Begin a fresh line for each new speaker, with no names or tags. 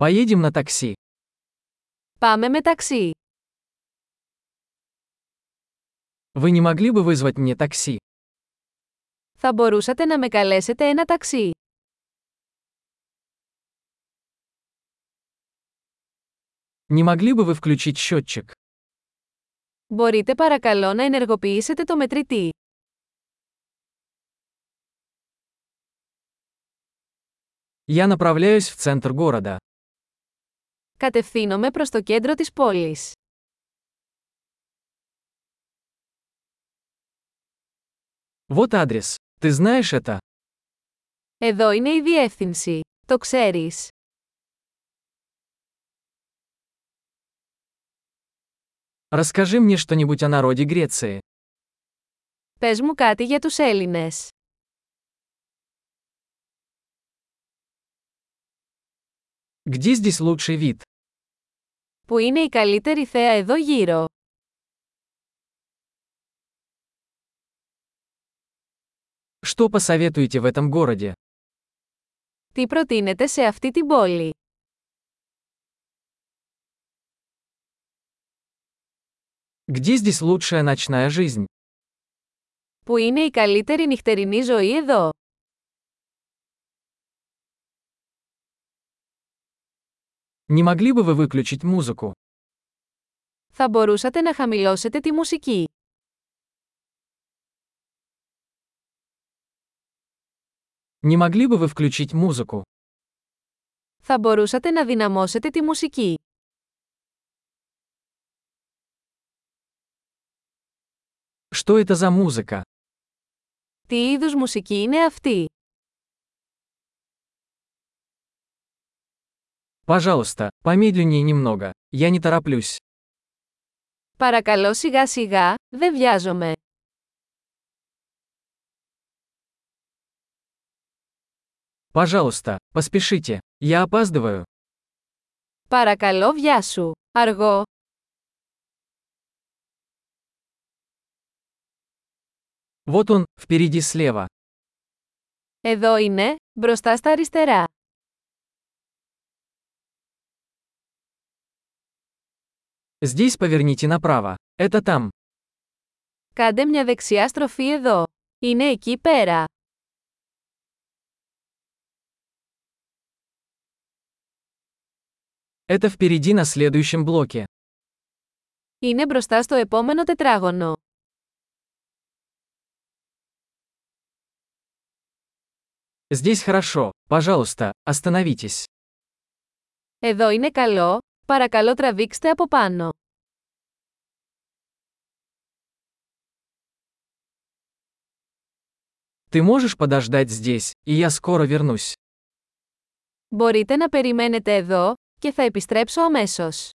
Поедем на такси.
Πάμε με ταξί.
Вы не могли бы вызвать мне такси?
Θα μπορούσατε να με καλέσετε ένα ταξί.
Не могли бы вы включить счетчик?
Μπορείτε παρακαλώ να ενεργοποιήσετε το μετρητή.
Я направляюсь в центр города.
Κατευθύνομαι προς το κέντρο της πόλης.
Вот адрес. Ты знаешь это?
Εδώ είναι η διεύθυνση. Το ξέρεις.
Расскажи мне что-нибудь о народе Греции.
Πες μου κάτι για τους Έλληνες.
Где здесь лучший вид?
Που είναι η καλύτερη θέα εδώ γύρω.
Что посоветуете в этом городе?
Τι προτείνετε σε αυτή την πόλη.
Где здесь лучшая ночная жизнь?
Που είναι η καλύτερη νυχτερινή ζωή εδώ.
Не могли бы вы выключить музыку?
Θα μπορούσατε να χαμηλώσετε τη μουσική.
Не могли бы вы включить музыку?
Θα μπορούσατε να δυναμώσετε τη μουσική.
Что это за музыка?
Τι είδους μουσική είναι αυτή.
Пожалуйста, помедленнее немного. Я не тороплюсь.
Παρακαλώ σιγά σιγά, δεν βιάζομαι.
Пожалуйста, поспешите. Я опаздываю.
Παρακαλώ βιάσου. Αργό.
Вот он, впереди слева.
Εδώ είναι, μπροστά στα αριστερά.
Здесь поверните направо. Это там.
Κάντε μια δεξιά στροφή εδώ. Είναι εκεί πέρα.
Это впереди на следующем блоке.
Είναι μπροστά στο επόμενο τετράγωνο.
Здесь хорошо. Пожалуйста, остановитесь.
Εδώ είναι καλό, παρακαλώ τραβήξτε από πάνω.
Ты можешь подождать здесь, и я скоро вернусь.
Μπορείτε να περιμένετε εδώ, και θα επιστρέψω αμέσως.